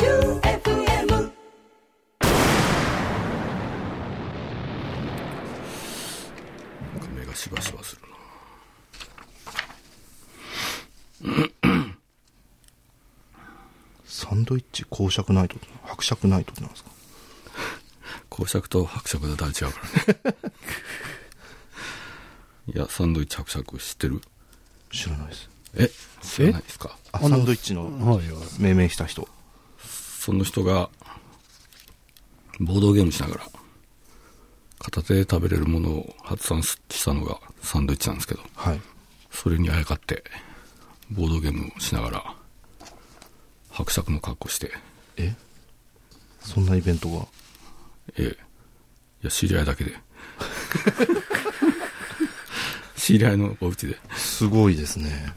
J-O-E-U-F-M なんか目がしばしばするな。サンドイッチ公爵ナイトって伯爵ナイトってなんですか公爵と伯爵でだいぶ違うから ね。いや、サンドイッチ伯爵知ってる知らないですえ知らないですかあサンドイッチのはいはい。命名した人その人が、ボードゲームしながら、片手で食べれるものを発散したのがサンドイッチなんですけど、はいそれにあやかって、ボードゲームをしながら、伯爵の格好して、えそんなイベントがええ。いや、知り合いだ けで。知り合いのお家で。すごいですね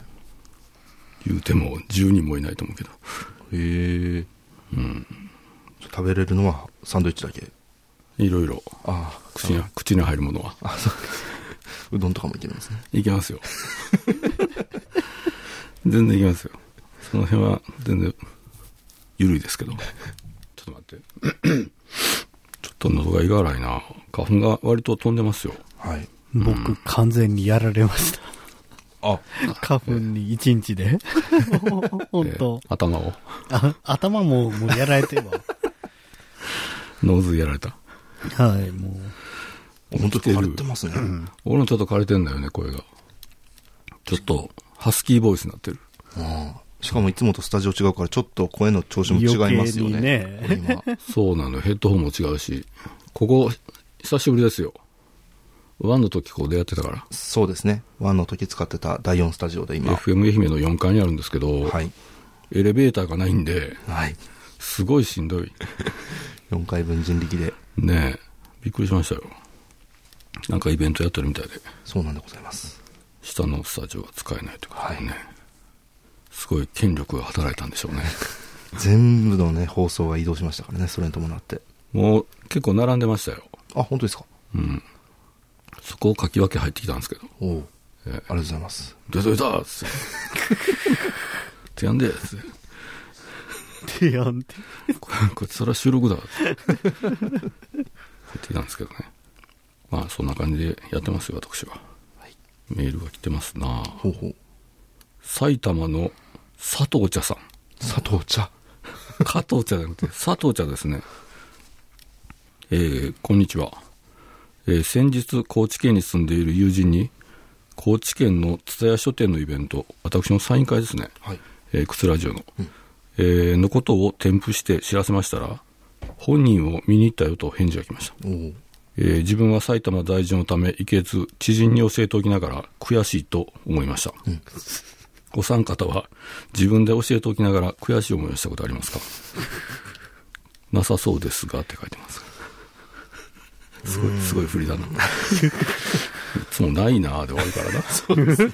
言うても10人もいないと思うけど。へえうん食べれるのはサンドイッチだけいろいろ。あ口に、口に入るものは。あそううどんとかもいけるんですねいけますよ。全然いけますよ。その辺は全然、ゆるいですけど。ちょっと待って。 ちょっと喉がいが荒いな。花粉が割と飛んでますよ。はい僕、完全にやられました。あ花粉に一日で。 本当え。ー頭を。あ頭も、もうやられてるわ。ノーズやられた。 はい、もう。本当来てにる枯れてますね、俺もちょっと枯れてんだよね、声が。ちょっと、ハスキーボイスになってる。あーしかもいつもとスタジオ違うからちょっと声の調子も違いますよね余計に今そうなのよヘッドホンも違うし、ここ、久しぶりですよ。ワンの時ここでやってたかそうですねワンの時使ってた第4スタジオでら。今 FM 愛媛の4階にあるんですけど、はいエレベーターがないんで、はいすごいしんどい。 4回分人力でねえ、びっくりしましたよ。なんかイベントやってるみたいで、そうなんでございます下のスタジオは使えないということでね、はすごい権力が働いたんでしょうね。全部のね放送が移動しましたからねそれに伴ってもう結構並んでましたよ。あ本当ですかうん。そこを書き分け入ってきたんですけど、おおええありがとうございます出といたっ つって。てやんでっつって。提案って。ここいつそれは収録だ。 入ってきたんですけどね。まあ、そんな感じでやってますよ、私は。メールが来てますなほうほう埼玉の佐藤茶さん。佐藤茶加藤茶じゃなくて、 佐藤茶ですね。えー、こんにちは。えー、先日、高知県に住んでいる友人に、高知県の蔦屋書店のイベント、私のサイン会ですね。はいえー、靴ラジオの、えーのことを添付して知らせましたら、本人を見に行ったよと返事が来ました。おおえー自分は埼玉大事のため行けず、知人に教えておきながら悔しいと思いました。お三方は自分で教えておきながら悔しい思いをしたことありますかなさそうですがって書いてます。すごい、すごい振りだな。いつもないなぁで終わるからな。そうですね。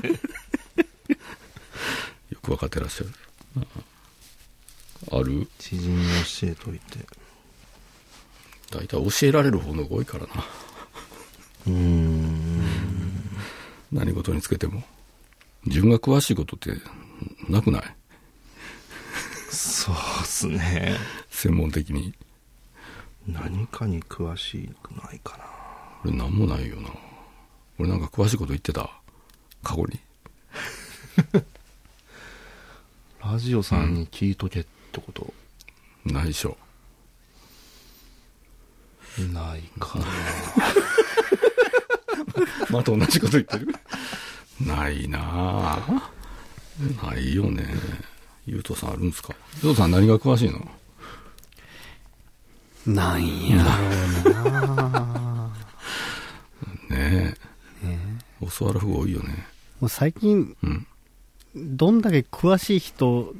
よくわかってらっしゃる。ある知人に教えといて大体教えられる方のが多いからな。うーん何事につけても自分が詳しいことってなくないそうっすね専門的に何かに詳しくないかな俺何もないよな俺なんか詳しいこと言ってた過去にラジオさんに聞いとけってこと、ないでしょないかなまた同じこと言ってるないなあないよねゆうとさんあるんですかゆうとさん何が詳しいのなんやろうな。ねえ教わる方が多いよねもう最近、うんどんだけ詳しい人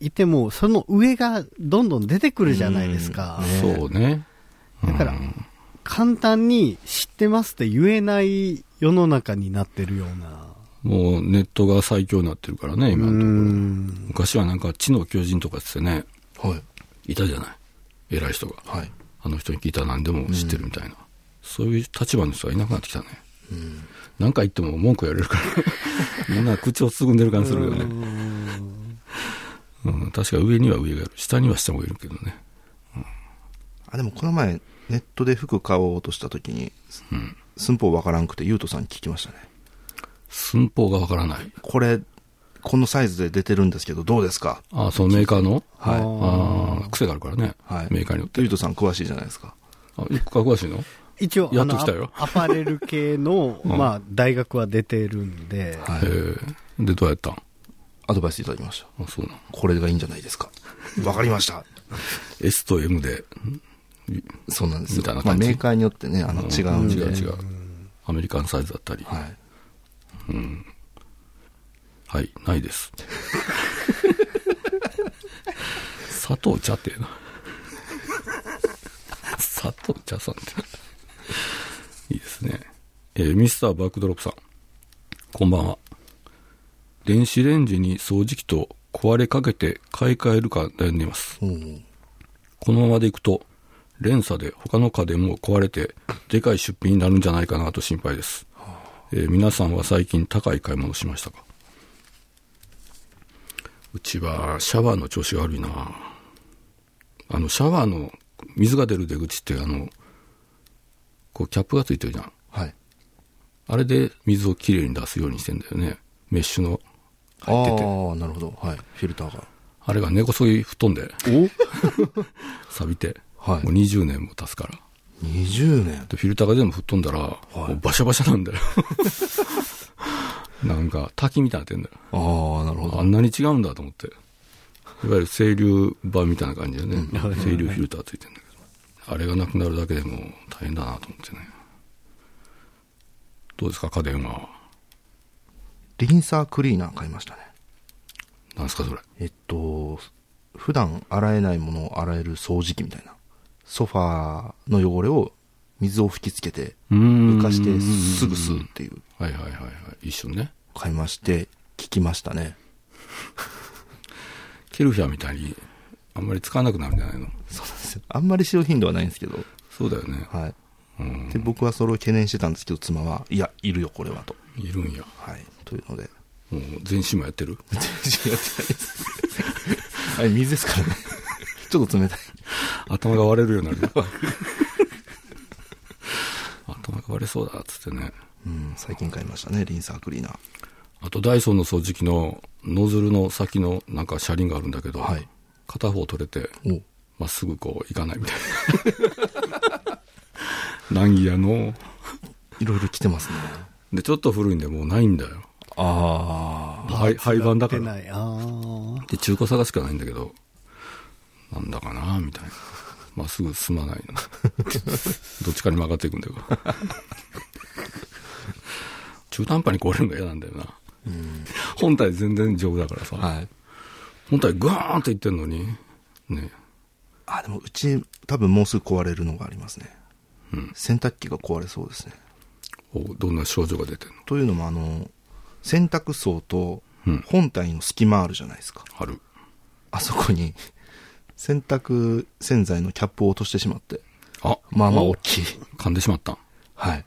いても、その上がどんどん出てくるじゃないですか。ねそうねだからうん簡単に知ってますって言えない世の中になってるような。もうネットが最強になってるからね今うのところん昔はなんか知の巨人とかっつってねはいいたじゃない偉い人がはいあの人に聞いたら何でも知ってるみたいな、そういう立場の人がいなくなってきたね何、なん、か言 っても文句やれるからみんな口をつぐんでる感じするよねうん、確か上には上がいる。下には下もいるけどね。あでもこの前ネットで服買おうとした時に、寸法わからんくてゆうとさんに聞きましたね寸法がわからない。これこのサイズで出てるんですけどどうですかああ、そのメーカーのはいああ、癖があるからね。はいメーカーによって。ゆうとさん詳しいじゃないですかあ、か詳しいの一応、やあっとの来たよアパレル 系の、まあ、大学は出てるんで、はえいえで、どうやったんアドバイスいただきましたあ、そうなん。これがいいんじゃないですかわかりました S と M で、んそうなんですよみたいなまあ、感じメーカーによってねあの違うんで、違う違う。アメリカンサイズだったり。はいはい、ないです。 佐藤茶ってえ な。佐藤茶さんって。いいですね。えーミスターバックドロップさん。こんばんは。電子レンジに掃除機と壊れかけて買い替えるか悩んでいます。うんこのままでいくと、連鎖で他の家電も壊れて、でかい出費になるんじゃないかなと心配です。えー皆さんは最近高い買い物しましたかうちはシャワーの調子が悪いなあの、シャワーの水が出る出口って、あの、こうキャップがついてるじゃん。はいあれで水をきれいに出すようにしてんだよね。メッシュの。あ入っててあなるほどはいフィルターがあれが根こそぎ吹っ飛んで、 錆びて、はいもう20年も経つから。 20年でフィルターが全部吹っ飛んだら、もうバシャバシャなんだよ。なんか、滝みたいになってんだよ。ああなるほあどんなに違うんだと思って。いわゆる清流場みたいな感じでね、清流フィルターついてんだけど。あれがなくなるだけでも大変だなと思ってね。どうですか、家電は。リンサークリーナー買いましたねなんですか、それ。えっと、普段洗えないものを洗える掃除機みたいな。ソファーの汚れを水を吹きつけて、浮浮かしてすぐ吸うっていう、はいはいはいはい。一緒にね。買いまして、聞きましたね。ケルフィアみたいに、あんまり使わなくなるんじゃないのそうなんですよ。あんまり使用頻度はないんですけど、そうだよね。はい。うん。で、僕はそれを懸念してたんですけど、妻は、いや、いるよ、これは、と。いるんや。はい。というので、 もう全身もやってる全然やってないです。あれ、水ですからね。 ちょっと冷たい。頭が割れるようになる 頭が割れそうだっつってねうん、最近買いましたね、リンサークリーナー。あとダイソンの掃除機のノズルの先のなんか車輪があるんだけど、はい片方取れておまっすぐこう行かないみたいな 難儀やのいろいろ来てますね。でちょっと古いんでもうないんだよあ廃廃盤だか出らない。あーで中古探しかないんだけどなんだかなみたいなまっすぐ進まない などっちかに曲がっていくんだよ中途半端に壊れるのが嫌なんだよな本体全然丈夫だからさ、あ。はい。本体グーンっていってんのにねあ、でもうち、多分もうすぐ壊れるのがありますね。うん洗濯機が壊れそうですね。おどんな症状が出てんのというのも、あの、洗濯槽とうん本体の隙間あるじゃないですか。あるあそこに、洗濯洗剤のキャップを落としてしまって、あまあまあお大きい。噛んでしまったはい。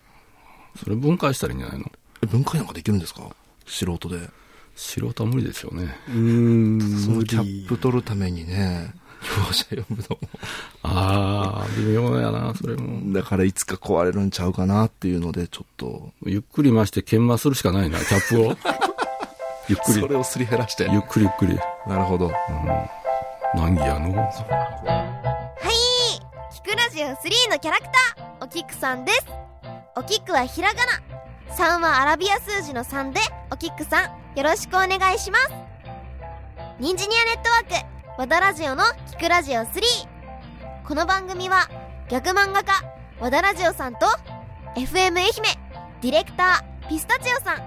それ分解したらいいんじゃないのえ分解なんかできるんですか素人で。素人は無理ですよねうーん、その無キャッ理プ。取るためにね、業者呼ぶのああ微妙やなそれもも。だからいつか壊れるんちゃうかなっていうので、ちょっと、ゆっくり回して研磨するしかないなキャッ プをゆっくりそれをすり減らして。ゆっくりゆっくりなるほど。難儀やのキクラジオ3のキャラクターおきくさんですおきくはひらがな3はアラビア数字の3でおきくさんよろしくお願いしますニンジニアネットワーク和田ラジオのキクラジオ3この番組は逆漫画家和田ラジオさんと FM 愛媛ディレクターピスタチオさん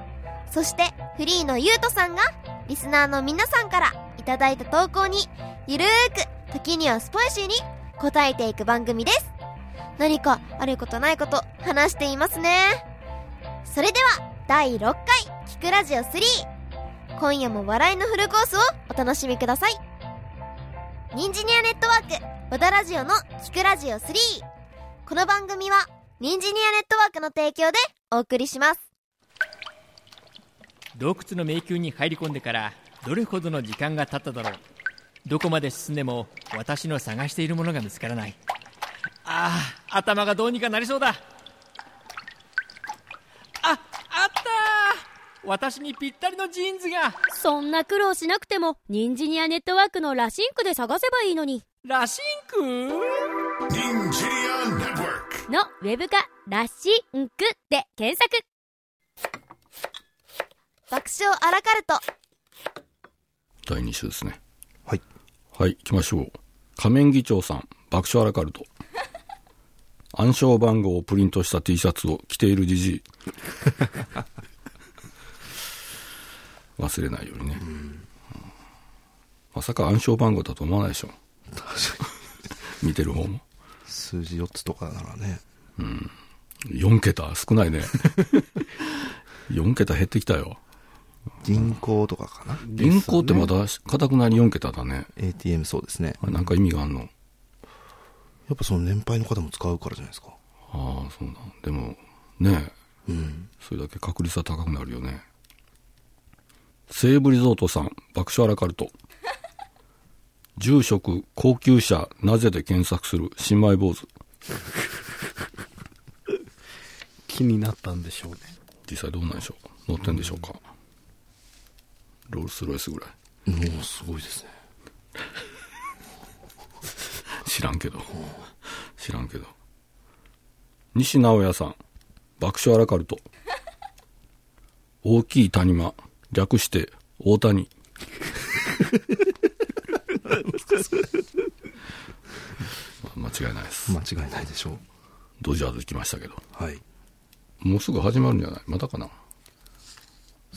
そしてフリーのゆうとさんがリスナーの皆さんからいただいた投稿にゆるーく時にはスポイシーに答えていく番組です何かあることないこと話していますねそれでは第6回「キクラジオ3」今夜も笑いのフルコースをお楽しみくださいニンジニアネットワーク和田ラジオの「キクラジオ3」この番組はニンジニアネットワークの提供でお送りします洞窟の迷宮に入り込んでからどれほどの時間が経っただろうどこまで進んでも私の探しているものが見つからないああ頭がどうにかなりそうだああったー私にぴったりのジーンズがそんな苦労しなくても、ニンジニアネットワークのラシンクで探せばいいのに。ラシンク Ninja Network. のウェブ化、ラシンクで検索。爆笑アラカルト第2週ですねはいはい行きましょう仮面議長さん爆笑アラカルト暗証番号をプリントした T シャツを着ているじじい 忘れないようにねまさか暗証番号だと思わないでしょ確か見てる方もに数字4つとかならね4桁少 ないね4桁減ってきたよ銀行とかかな銀行ってまだかたくなに4桁だね ATM そうですねあれなんか意味があんのやっぱその年配の方も使うからじゃないですかああそうなんでもねえうんそれだけ確率は高くなるよね西武リゾートさん爆笑アラカ ルト住職高級車なぜで検索する新米坊主気になったんでしょうね。実際どうなんでしょう乗ってんでしょうかロールスロイスぐらいもうすごいですね知らんけど知らんけど西直哉さん爆笑アラカルト大きい谷間略して大谷 まあ間違いないです、間違いないでしょうドジャーズ来ましたけどはいもうすぐ始まるんじゃないまだかな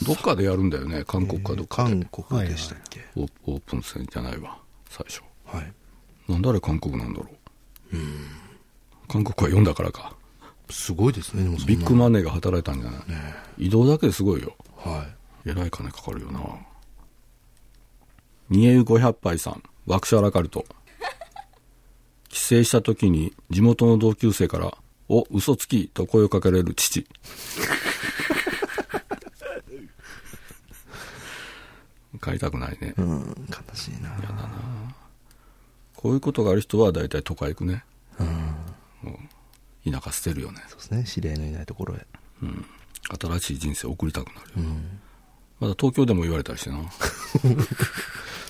どっかでやるんだよね韓国かどっかで、韓国でしたっけオーオープン戦じゃないわ最初はいなんであれ韓国なんだろう韓国は読んだからかすごいですねでもそんなビッグマネーが働いたんじゃない、ね移動だけですごいよはえらい金かかるよな煮え湯500杯さんワクシャラカルト帰省した時に地元の同級生から「お嘘つき」と声をかけられる父買いたくないね、いうん悲しいなこういうことがある人は大体都会行くね、うん田舎捨てるよねそうですね知り合いのいないところへ新しい人生送りたくなるよ、まだ東京でも言われたりしてな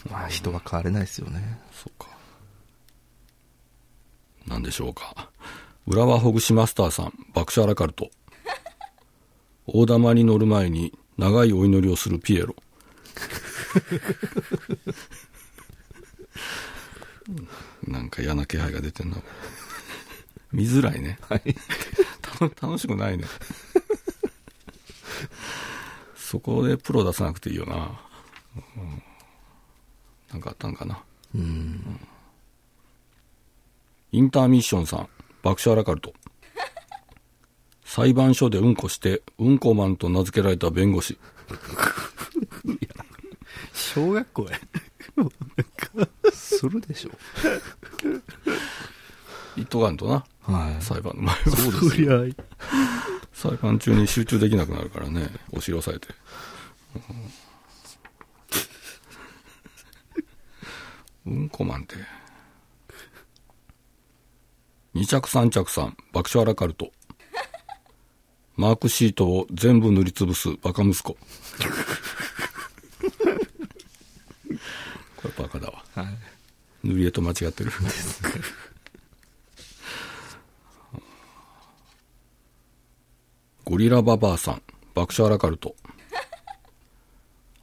まあ人は変われないですよねそうかなんでしょうか浦和ほぐしマスターさん爆笑アラカルト大玉に乗る前に長いお祈りをするピエロ なんか嫌な気配が出てんな見づらいね、た楽しくないねそこでプロ出さなくていいよな、うんなんかあったんかなインターミッションさん、爆笑アラカルト。 裁判所でうんこして、うんこマンと名付けられた弁護士。小学校へ。するでしょ言っとかんとな、うはい裁判の前は。 そりゃ、裁判中に集中できなくなるからね、お尻押さえて。うんうんこマンって。二着三着さん、爆笑アラカルト。マークシートを全部塗りつぶすバカ息子。これバカだわ。塗り絵と間違ってる。ゴリラババアさん、爆笑アラカルト。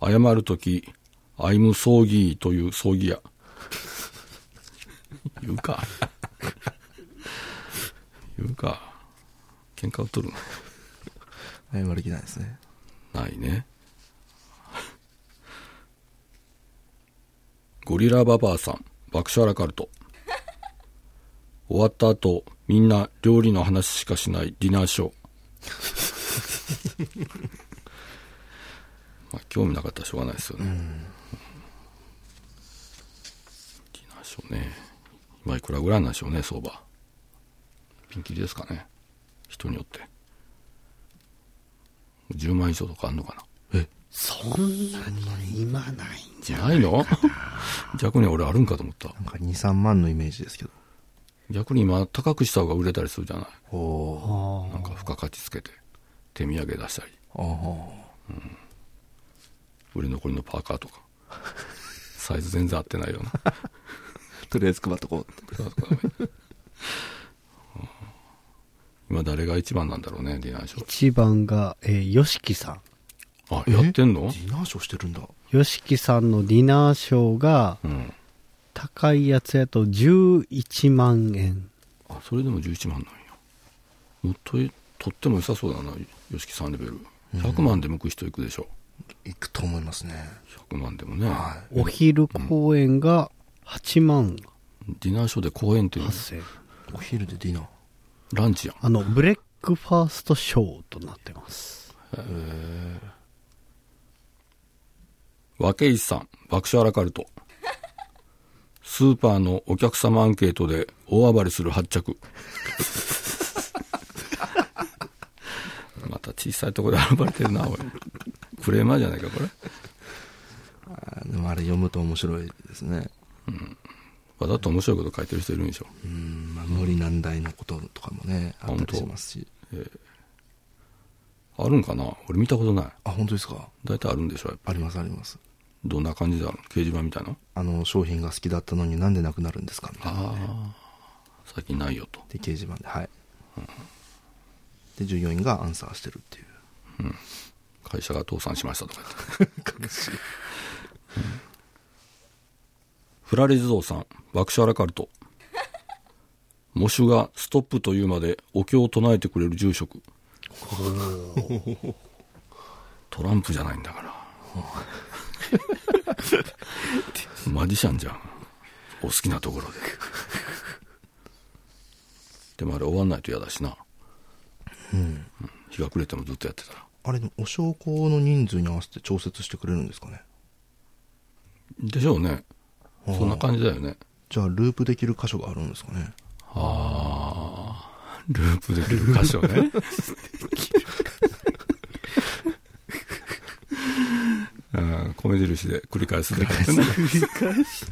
謝るとき、アイム葬儀という葬儀屋。言うか。言うか。喧嘩を取る謝る気ないですねのないね。ゴリラババアさん、爆笑アラカルト。終わった後、みんな料理の話しかしないディナーシ ョー。まあ、興味なかったらしょうがないですよね。ディナーショーね。今いくらぐらいなんでしょうね、相場。ピンキリですかね。人によって。10万以上とかあんのかな。えそんなに今ないんじゃないの 逆に俺あるんかと思った。なんか2、3万のイメージですけど。逆に今、高くした方が売れたりするじゃない。おーなんか付加価値つけて、手土産出したり、あー売れ残りのパーカーとか。 サイズ全然合ってないような。とりあえず配っとこう。今誰が一番なんだろうね、ディナーショ一番が、えー、ヨシキさん。ー。あ、やってんデのィナーショーしてるんだ。ヨシキさんのディナーショーが、うん。高いやつやと11万円。あ、それでも11万なんや。もっとい、とっても良さそうだな、よしきさんレベル。100万で向く人行くでしょ。行くと思いますね。 100万でもね。はお昼公演が8万ディナーショーで公演っていうの8000円。お昼でディナー。ランチやん。あの、ブレックファーストショーとなってます。和石さん、爆笑アラカルト。スーパーのお客様アンケートで大暴れする発着。 また小さいところで暴れてるな、おい。クレーマーじゃないか、これ。あーでもあれ読むと面白いですね。わざと面白いこと書いてる人いるんでしょ。うん、まあ無理難題のこととかもね、あったりしますし。あるんかな俺見たことない。あ、本当ですか大体あるんでしょ、やっぱありますあります。どんな感じだろう掲示板みたいな。あの、商品が好きだったのになんでなくなるんですかみたいな。ああ。最近ないよと。で、掲示板で、はい。で、従業員がアンサーしてるっていう。 会社が倒産しましたとか言って。フラレ地蔵さん、爆笑アラカルト。喪主がストップというまでお経を唱えてくれる住職。トランプじゃないんだから。マジシャンじゃん。お好きなところで。でもあれ終わんないと嫌だしな。うん日が暮れてもずっとやってたら。あれ、でもお焼香の人数に合わせて調節してくれるんですかねでしょうね。そんな感じだよね。じゃあ、ループできる箇所があるんですかねああ、ループできる箇所ね。 うん、米印で繰り返すみたいな。繰り返し。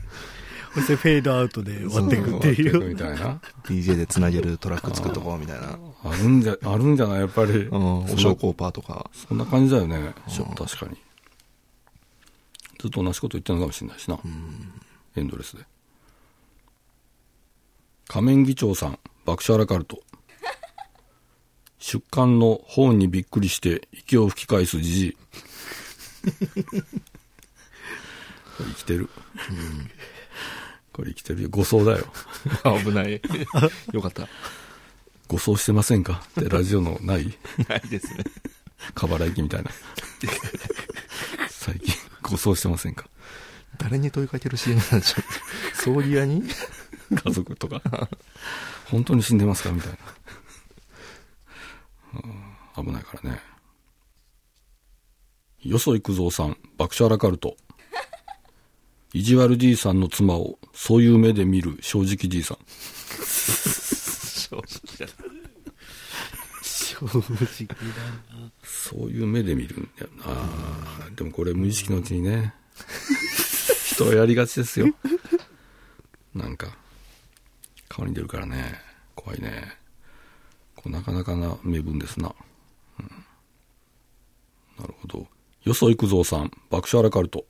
そしてフェードアウトで終わっていくってい 終わってう。みたいな。 ?DJ で繋げるトラック作っとこうみたい な。あるんじゃ、あるんじゃないやっぱり。うん、おそんな焼香パーとか。そんな感じだよね。確かに。ずっと同じこと言ってるのかもしれないしな。エンドレスで。仮面議長さん、爆笑アラカルト。出棺の方にびっくりして息を吹き返すじじい。これ生きてる。これ生きてるよ。誤送だよ。危ない。 よかった。誤送してませんかってラジオのないないですね。かばらいきみたいな。最近、誤送してませんか誰に問いかける CM なんでしょう。 葬儀屋に家族とか。 本当に死んでますかみたいな。 うん危ないからね。よそ行くぞうさん、爆笑アラカルト。意地悪じいさんの妻を、そういう目で見る正直じいさん。正直そういう目で見るんだよな。あーでもこれ無意識のうちにね、 人はやりがちですよ。なんか、顔に出るからね、怖いね。こうなかなかな名分ですな。うん、なるほど。よそ幾三さん、爆笑アラカルト。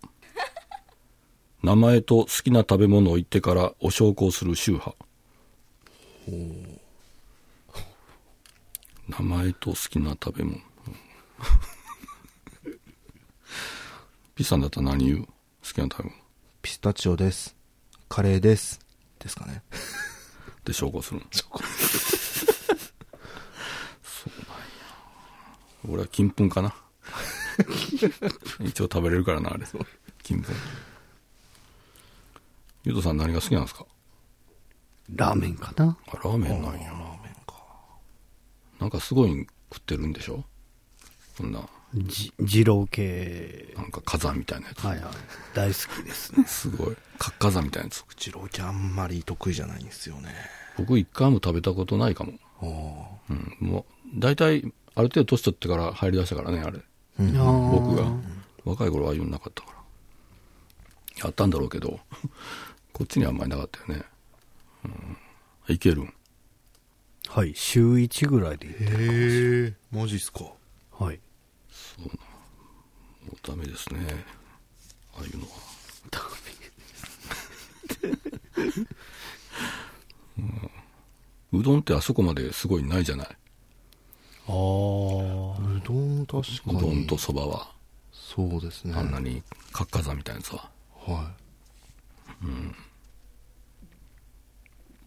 名前と好きな食べ物を言ってからお焼香する宗派。名前と好きな食べ物。ピさんだったら何言う好きな食べ物。ピスタチオです。カレーです。ですかね。で、証拠するの。 そうなんや。俺は金粉か な。一応食べれるからな、あれ。金粉。ゆうとさん何が好きなんですかラーメンかなあ、ラーメンなんや。ラーメンか。なんかすごいん食ってるんでしょこんな、じ、二郎系。なんか火山みたいなやつ。はいはい。大好きですね。すごい。活火山みたいなやつ。二郎系あんまり得意じゃないんですよね。僕一回も食べたことないかも。おーうん、もう、大体、ある程度年取ってから入り出したからね、あれ。あー僕が。若い頃はああいうのなかったからあったんだろうけど こっちにはあんまりなかったよね、うん、いけるんはい、週1ぐらいで行ってるへえマジっすかはい。もうダメですねああいうのはダメ うどんってあそこまですごいないじゃないうあーうどん確かにどんとそばはそうですねあんなに活火山みたいなやつはは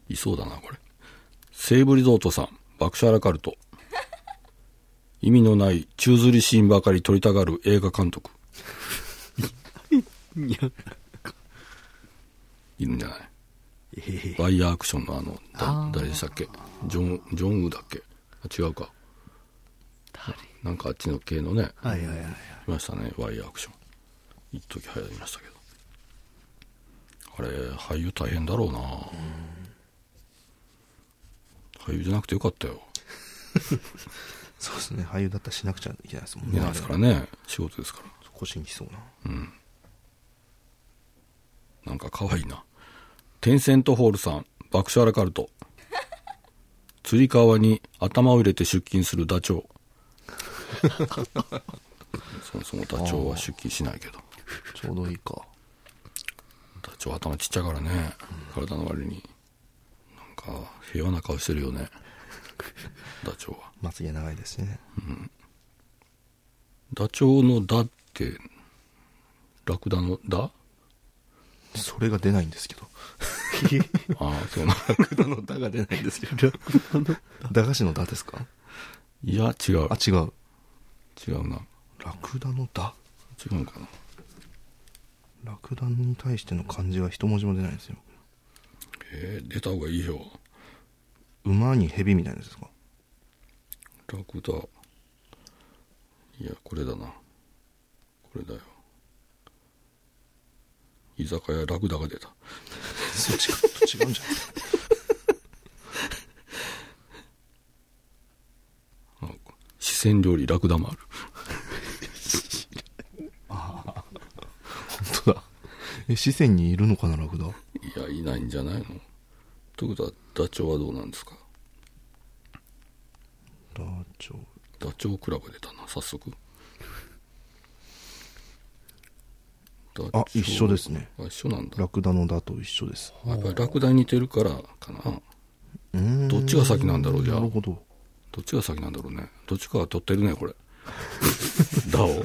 いいそうだなこれ西武リゾートさん爆笑アラカルト 意味のない宙づりシーンばかり撮りたがる映画監 督いや、いるんじゃないえーワイヤーアクションのあのだ誰でしたっけジョンジョンウーだっけあ違うかなんかあっちの系のねはいはいはい。いましたねワイヤーアクション一時流行りましたけどあれ俳優大変だろうな、俳優じゃなくてよかったよそうですね俳優だったらしなくちゃいけないですもんいねないですからね仕事ですから腰にきそうななんか可愛いな。テンセントホールさん、爆笑アラカルト。釣り革に頭を入れて出勤するダチョウ。そもそもダチョウは出勤しないけど。ちょうどいいかダチョウ頭ちっちゃいからね、体の割に。なんか、平和な顔してるよ ね。ダチョウは。まつげ長いですねダチョウのダって、ラクダのダそれが出ないん ですけどああ、 そうな。ラクダの「ダ」が出ないんですけど駄菓子の「ダ」ですかいや、違うあ。違う違うな。ラクダの「ダ違うかな。」ラクダに対しての漢字が一文字も出ないんですよえー出た方がいいよ。馬に蛇みたいなやつですかラクダいやこれだなこれだよ居酒屋ラクダが出たそれ違う違うんじゃないですかあ四川料理ラクダもある本当だえ四川にいるのかなラクダいやいないんじゃないのということはダチョウはどうなんですかダチョウダチョウクラブ出たな早速ダチョウあ一緒ですねあ一緒なんだラクダの「ダ」と一緒ですやっぱりラクダに似てるからかなうーんどっちが先なんだろうじゃあなるほどどっちが先なんだろうねどっちかが取ってるねこれ ダを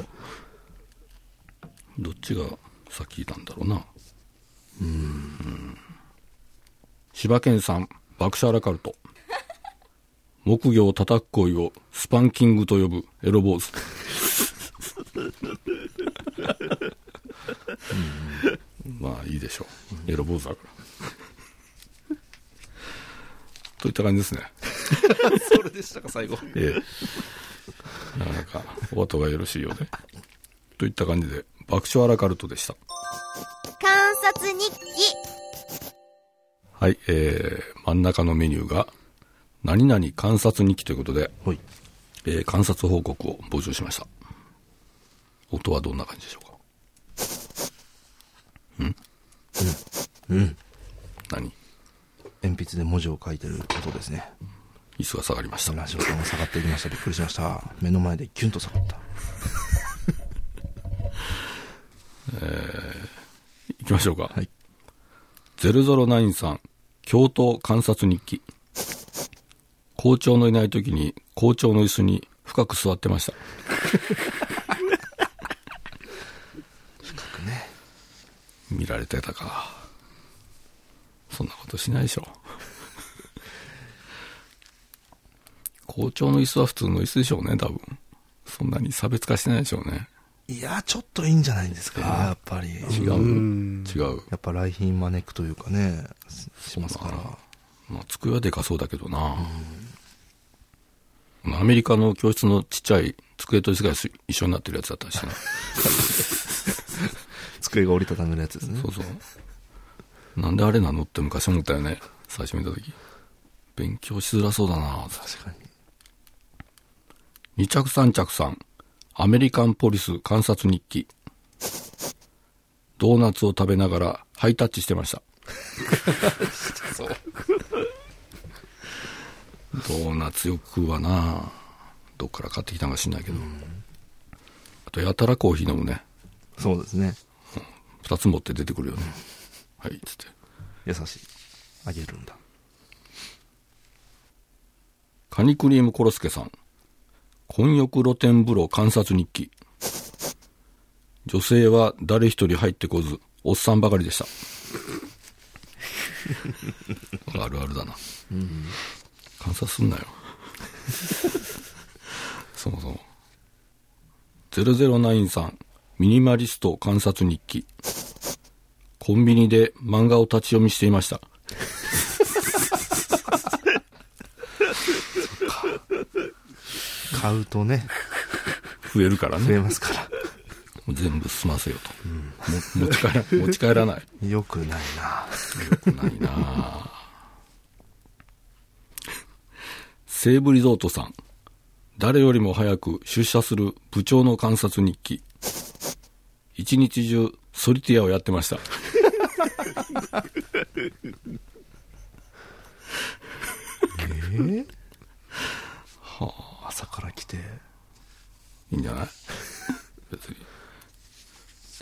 どっちが先なんだろうなうん柴犬さん爆笑アラカルト木魚を叩く行為をスパンキングと呼ぶエロ坊主まあいいでしょうエロ坊主だからといった感じですねそれでしたか最後ええ。なかなか、お後がよろしいようで。といった感じで、爆笑アラカルトでした。観察日記はい、えー、真ん中のメニューが、何々観察日記ということで、はいえー観察報告を募集しました。音はどんな感じでしょうかうん何鉛筆で文字を書いてることですね椅子が下がりました。ラジオさんが下がっていきましたびっくりしました目の前でギュンと下がった行きましょうか。はい。 009さん、教頭観察日記。校長のいない時に校長の椅子に深く座ってました。深くね。見られてたか。そんなことしないでしょ。 校長の椅子は普通の椅子でしょうね、多分。そんなに差別化してないでしょうね。いやちょっといいんじゃないんですかやっぱり違う。違う。やっぱ来賓招くというかねししますからまあ、机はでかそうだけどな、アメリカの教室のちっちゃい机と椅子が一緒になってるやつだったりしてな机が折りたためるやつですねそうそうなんであれなのって昔思ったよね最初見た時勉強しづらそうだな確かに2着3着さんアメリカンポリス観察日記ドーナツを食べながらハイタッチしてました。ドーナツよく食うわなどっから買ってきたんか知んないけど。あと、やたらコーヒー飲むね。そうですね。二つ持って出てくるよね。はい、つって。優しい。あげるんだ。カニクリームコロスケさん。混浴露天風呂観察日記。女性は誰一人入ってこず、おっさんばかりでした。 これあるあるだな。観察すんなよ。 そもそも。009さん、ミニマリスト観察日記。コンビニで漫画を立ち読みしていました。買うとね、増えるからね。増えますから。全部済ませよと、も持ち帰ら持ち帰らないよくないな。ないなあ西武リゾートさん誰よりも早く出社する部長の観察日記一日中ソリティアをやってましたえはあ、朝から来て、いいんじゃない別に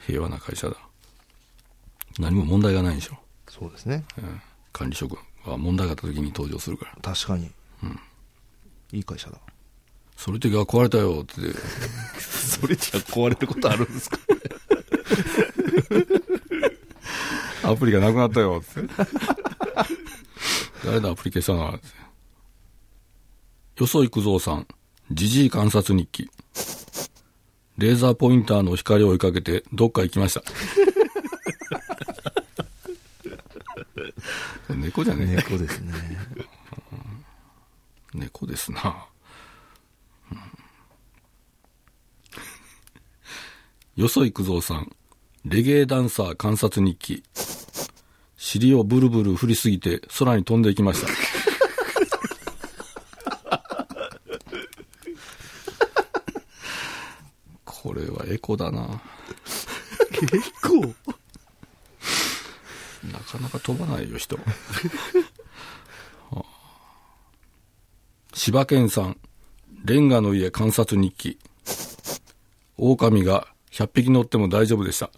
平和な会社だ何も問題がないんでしょ、そうですね。うん管理職は問題があった時に登場するから確かに。いい会社だ。ソリティアが壊れたよってそれじゃ壊れることあるんですかアプリがなくなったよ、つって。 誰だ、アプリ消したのは、つってよそいくぞうさん、じじい観察日記。レーザーポインターの光を追いかけて、どっか行き ました。猫じゃねえか 猫ですね。猫ですな、うんよそいくぞうさんレゲエダンサー観察日記尻をブルブル振りすぎて空に飛んでいきましたこれはエコだな結構。なかなか飛ばないよ、人。はあ柴犬さん、レンガの家観察日記。狼が100匹乗っても大丈夫でした。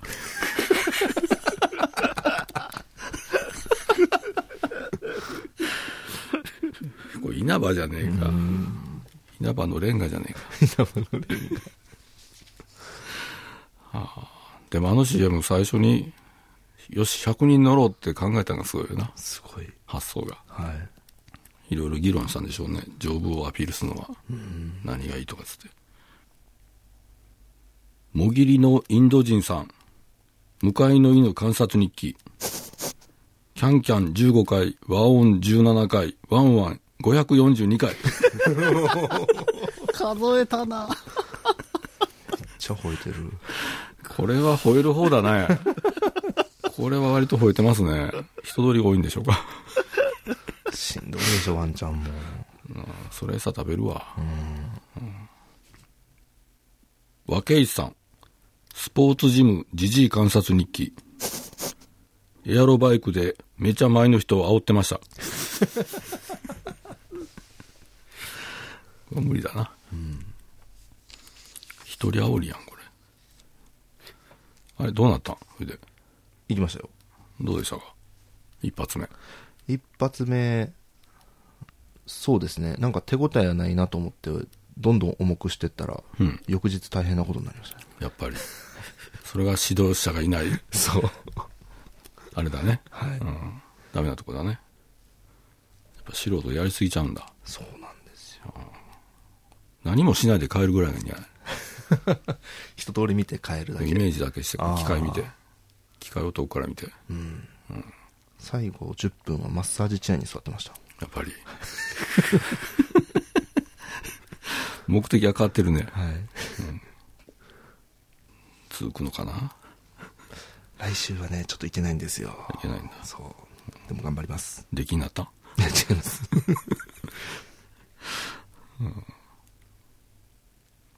これ稲葉じゃねえか。稲葉のレンガじゃねえか。はあでもあの CM 最初に、よし、100人乗ろうって考えたのがすごいよな。すごい。発想が。はい。いろいろ議論したんでしょうね。丈夫をアピールするのは、何がいいとかつって。もぎりのインド人さん、向かいの犬観察日記。キャンキャン15回、和音17回、ワンワン542回。数えたな。めっちゃ吠えてる。これは吠える方だね。 これは割と吠えてますね。人通りが多いんでしょうか。しんどいでしょ、ワンちゃんも。それさ食べるわうん和圭さんスポーツジムじじい観察日記エアロバイクでめちゃ前の人を煽ってました これは無理だな、一人煽りやんこれあれどうなったんそれで行きましたよ。どうでしたか一発目一発目、そうですね。なんか手応えはないなと思って、どんどん重くしてったら、うん翌日大変なことになりましたね。やっぱりそれが指導者がいないそう。あれだねはい。うん、ダメなとこだねやっぱ素人やりすぎちゃうんだそうなんですよ。何もしないで帰るぐらいがいいんじゃな一通り見て帰るだいイメけ。ージだけしてあー機械見て機械を遠くから見てや最後10分はマッサージチェアに座ってました。っぱ り目的が変わってるねはい。続くのかな来週はね、ちょっと行けないんですよ。いけないんだそう。でも頑張ります。できになったいや違います。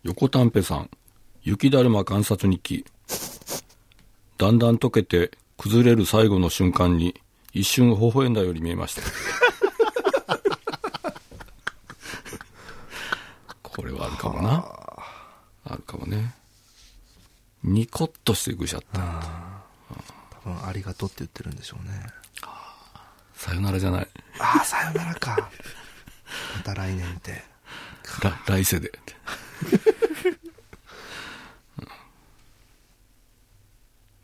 横丹平さん雪だるま観察日記だんだん溶けて崩れる最後の瞬間に一瞬微笑んだように見えました これはあるかもなあるかもねニコッとしてぐしゃった多分ありがとうって言ってるんでしょうね。さよならじゃないああ、さよならか。また来年って。ら来世でうん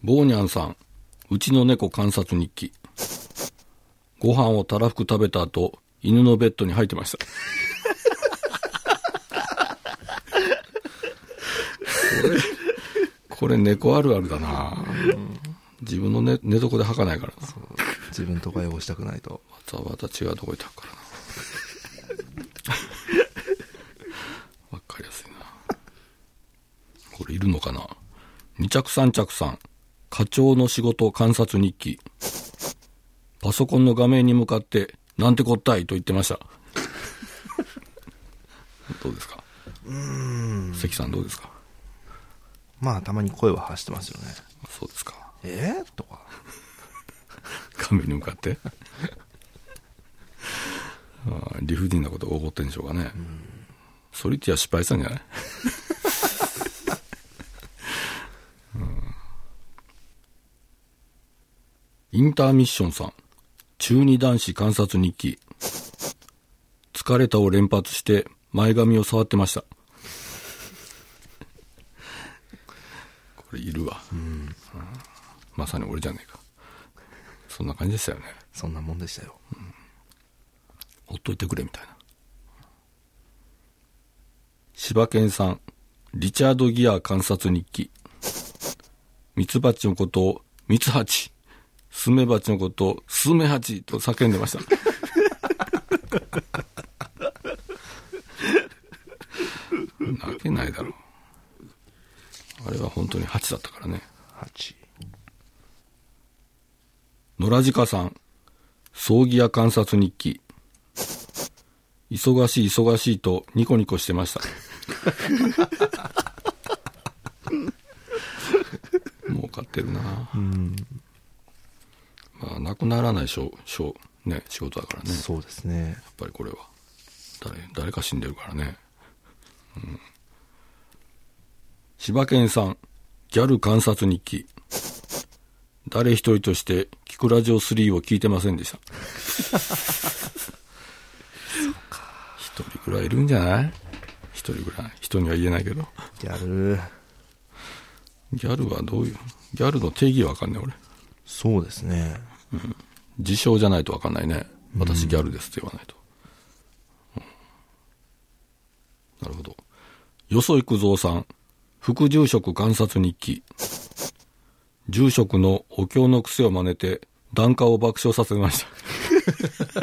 ボーニャンさんうちの猫観察日記ご飯をたらふく食べた後犬のベッドに入ってましたこれこれ猫あるあるだな、自分の寝寝床で吐かないからな自分とか汚したくないと。わざわざ違うとこ行ったから な。わかりやすいな。これいるのかな二着三着さん、課長の仕事観察日記。パソコンの画面に向かって、なんてこったいと言ってま した。どうですか関さんどうですかまあ、たまに声は発してますよね。そうですか。えー、とか。画面に向かってあー理不尽なことが起こってんでしょうかね、ソリティア失敗したんじゃない、うんインターミッションさん中二男子観察日記疲れたを連発して前髪を触ってましたこれいるわ、うんまさに俺じゃねえかそんな感じでしたよねそんなもんでしたよ。ほっといてくれみたいな。柴犬さん、リチャード・ギア観察日記。ミツバチのことを、ミツハチ。スメバチのことを、スメハチと叫んでました。 泣けないだろう。あれは本当にハチだったからね。 8。野良鹿さん、葬儀屋観察日記。忙しい忙しいとニコニコしてました。儲かってるなまあ、なくならないしょしょね、仕事だからね。やっそうですね。ぱりこれは。誰、誰か死んでるからね。うん。柴犬さん、ギャル観察日記。誰一人として、キクラジオ3を聞いてませんでした。一人ぐらいいるんじゃない一人ぐらい。人には言えないけど。ギャル。ギャルはどういう、ギャルの定義わかんない俺。そうですね。自称じゃないとわかんないね。私ギャルですって言わないと。うんなるほど。よそ行くぞうさん、副住職観察日記。住職のお経の癖を真似て、檀家を爆笑させました。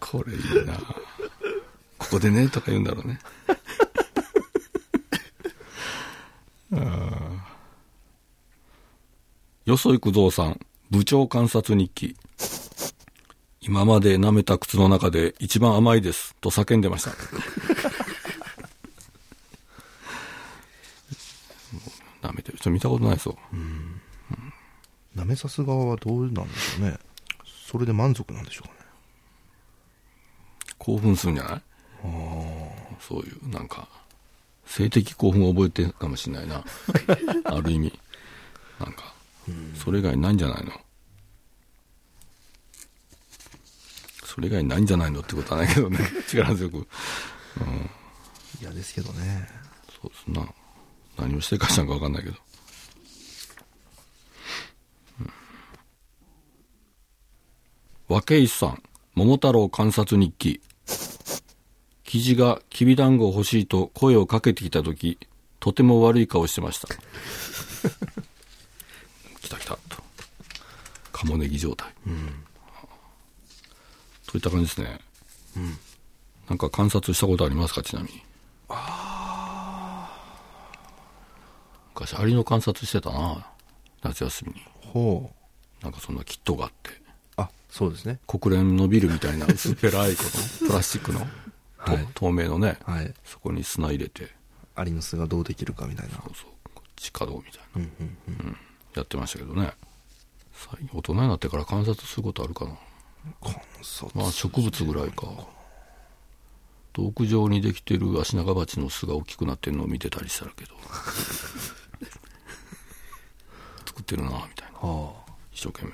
これいいなここでね、とか言うんだろうね。よそ行くぞうさん、部長観察日記。今まで舐めた靴の中で一番甘いです、と叫んでました。も う舐めてる人見たことないぞ。舐めさす側はどうなんでしょうね。それで満足なんでしょうかね。興奮するんじゃないそういう、なんか、性的興奮を覚えてるかもしれないな。ある意味。なんか、それ以外ないんじゃないのそれ以外ないんじゃないのってことはないけどね。 力強く。嫌ですけどね。そうですな。何をしてるかしたのか分かんないけど。うん。和石さん、桃太郎観察日記。記事がきび団子欲しいと声をかけてきたとき、とても悪い顔してました。 来た来た、と。カモネギ状態。といった感じですね。なんか観察したことありますか、ちなみに。昔アリの観察してたな夏休みにほう。なんかそんなキットがあってあ、そうですね。国連のビルみたいな 薄っぺらいこのプラスチックの、と透明のね、はい。そこに砂入れてアリの巣がどうできるかみたいなそう地下道みたいな、うんやってましたけどね最近大人になってから観察することあるかな観察、まあ植物ぐらいか洞窟状にできてるアシナガバチの巣が大きくなってるのを見てたりした けど作ってるなみたいなああ一生懸命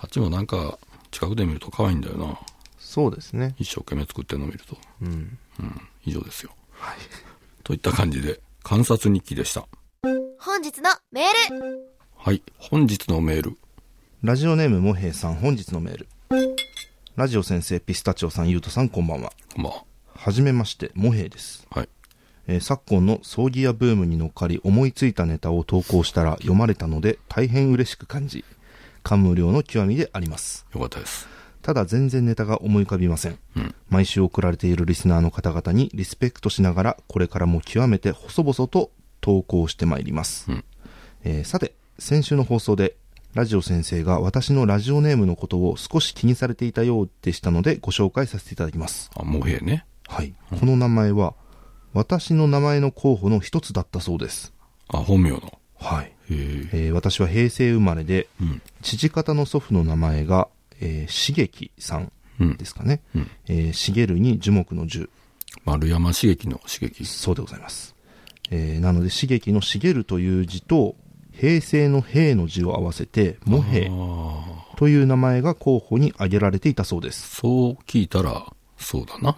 あっちもなんか近くで見ると可愛いんだよなそうですね一生懸命作ってるの見るとうんうん以上ですよといった感じで観察日記でした本日のメールはい本日のメールラジオネームもへいさん本日のメールラジオ先生ピスタチオさんゆうとさんこんばんはまあはじめましてもへいです、はいえー昨今の葬儀屋ブームに乗っかり思いついたネタを投稿したら読まれたので大変嬉しく感じ感無量の極みでありますよかったですただ全然ネタが思い浮かびません、ん毎週送られているリスナーの方々にリスペクトしながらこれからも極めて細々と投稿してまいります、うんえーさて先週の放送でラジオ先生が私のラジオネームのことを少し気にされていたようでしたのでご紹介させていただきますあもうへえねはい、この名前は私の名前の候補の一つだったそうですあ本名のはいへええー私は平成生まれで、うん父方の祖父の名前が、えー、茂樹さんですかね、うんえー茂るに樹木の樹丸山茂樹の茂樹そうでございます、えーなので茂樹の茂るという字と平成の平の字を合わせて茂平ああという名前が候補に挙げられていたそうです、そう聞いたらそうだな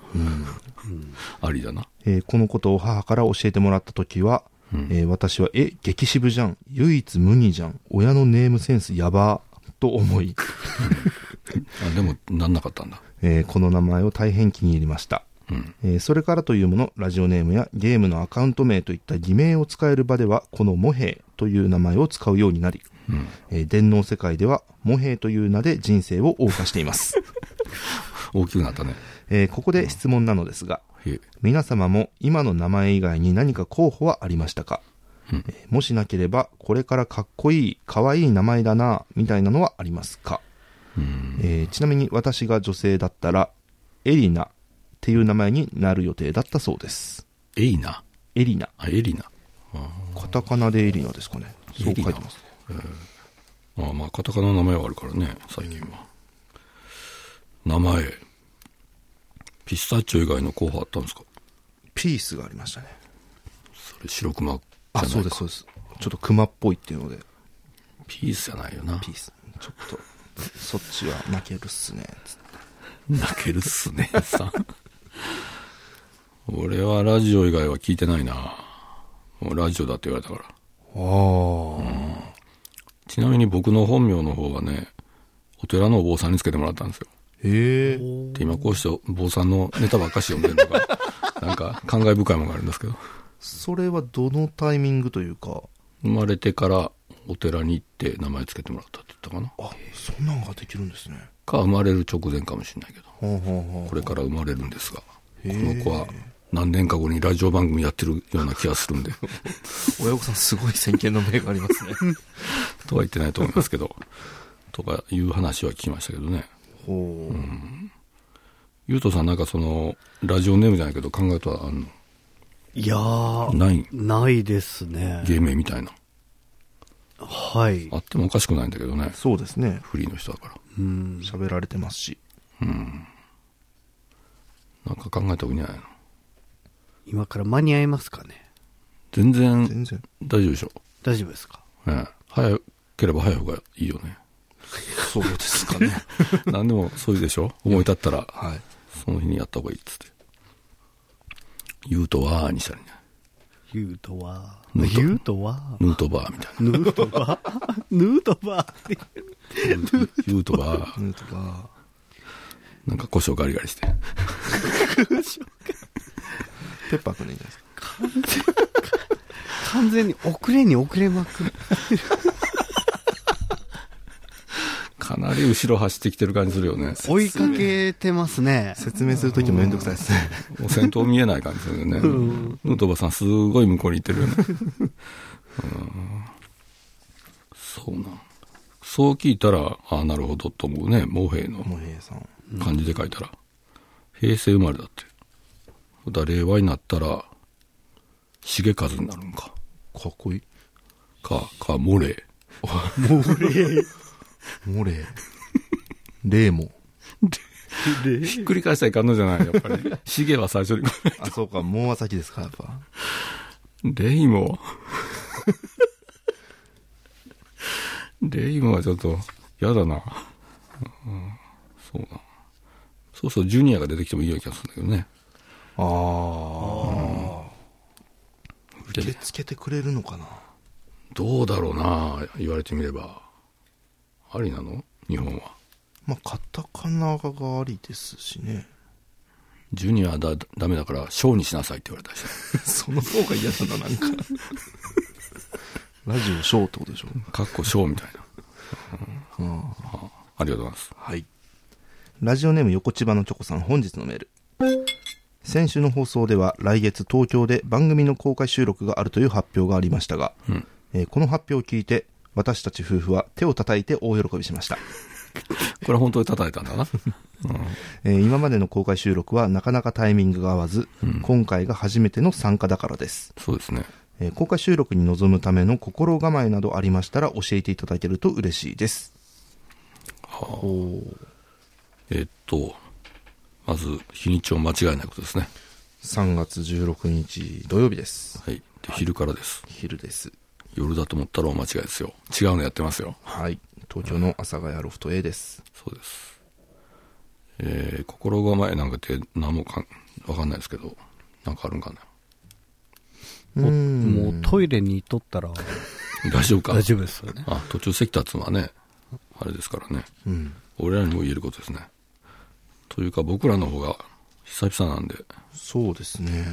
ありだなえーこのことを母から教えてもらった時は、えー私はえ激渋じゃん唯一無二じゃん親のネームセンスやばーと思いあでもなんなかったんだえーこの名前を大変気に入りました、うんえーそれからというものラジオネームやゲームのアカウント名といった偽名を使える場ではこのモヘイという名前を使うようになり、えー電脳世界ではモヘイという名で人生を謳歌しています、大きくなったねえーここで質問なのですがへえ皆様も今の名前以外に何か候補はありましたか、うんえーもしなければこれからかっこいいかわいい名前だなみたいなのはありますかうんえーちなみに私が女性だったらエリナっていう名前になる予定だったそうですエイナエリナあエリナカタカナでエリナですかねそう書いてますああまあカタカナの名前はあるからね最近は、名前ピスタチオ以外の候補あったんですかピースがありましたねそれ白熊じゃあないそうですそうですちょっと熊っぽいっていうのでピースじゃないよなピースちょっとそっちは泣けるっすねつって泣けるっすねさん 俺はラジオ以外は聞いてないなもうラジオだって言われたからああちなみに僕の本名の方はねお寺のお坊さんにつけてもらったんですよへえで今こうしてお坊さんのネタばっかし読んでるのがなんか感慨深いものがあるんですけどそれはどのタイミングというか生まれてからお寺に行って名前つけてもらったって言ったかなあそんなんができるんですねか生まれる直前かもしれないけどはあはあはあこれから生まれるんですがこの子は何年か後にラジオ番組やってるような気がするんで親御さんすごい先見の明がありますねとは言ってないと思いますけどとかいう話は聞きましたけどね ほう、ゆうとさんなんかそのラジオネームじゃないけど考えとはあんのいやー、ないないですね。芸名みたいなはいあ。ってもおかしくないんだけどねそうですねフリーの人だからうん。喋られてますしなんか考えた方がいいんじゃないの今から間に合いますかね全然全然大丈夫でしょ、大丈夫ですかええ早ければ早い方がいいよねそうですか ね 何でもそういうでしょ思い立ったらはいその日にやった方がいいっつって。言うとはーにしたらいいんじゃない言うとは、ヌート言うとは、ヌートバーみたいヌート バーヌートバーってな。 言うとバー。ヌートバなんか胡椒ガリガリして。ーペッパーくんでいいんじゃないですか完全に遅れに遅れまくる。かなり後ろ走ってきてる感じするよね。追いかけてますね。説明するときもめんどくさいですねお先頭見えない感じするよね。ヌートバーさんすごい向こうに行ってるよね。うんそうなん。そう聞いたら、ああ、なるほどと思うね。モヘイのもへいさん漢字で書いたら。平成生まれだって。だから令和になったら、重和になるんか。かっこいい。か、か、モレモレー。レーモ。ー。ひっくり返したらいかんのじゃないやっぱ り。重は最初に。あ、そうか、もうは先ですか、やっぱ。レイモ。 レイモはちょっと、やだな。うん、そうな。そうそう、ジュニアが出てきてもいいような気がするんだけどね。ああ。で受け付けてくれるのかなどうだろうな、言われてみれば。ありなの日本は。まあ、カタカナがありですしね。ジュニアはだ、ダメだから、ショーにしなさいって言われたりして。 その方が嫌だな、なんか。 ラジオショーってことでしょかっこショーみたいな。うんありがとうございます。はい。ラジオネーム横千葉のチョコさん、本日のメール。先週の放送では来月東京で番組の公開収録があるという発表がありましたが、えーこの発表を聞いて私たち夫婦は手を叩いて大喜びしました。これは本当に叩いたんだな。えー今までの公開収録はなかなかタイミングが合わず、今回が初めての参加だからです。そうですね。えー公開収録に臨むための心構えなどありましたら教えていただけると嬉しいです。おーえっと、まず、日にちを間違えないことですね。 3月16日土曜日です。はい。で、昼からです。昼です。夜だと思ったらお間違いですよ。違うのやってますよ。はい。東京の阿佐ヶ谷ロフト A です。そうです。えー、心構えなんかって何もかん、わかんないですけど、なんかあるんかな。うもん。うトイレに行っとったら大丈夫か大丈夫ですよね。あ、途中席立つのはね、あれですからね。うん。俺らにも言えることですね。というか僕らの方が久々なんで、そうですね。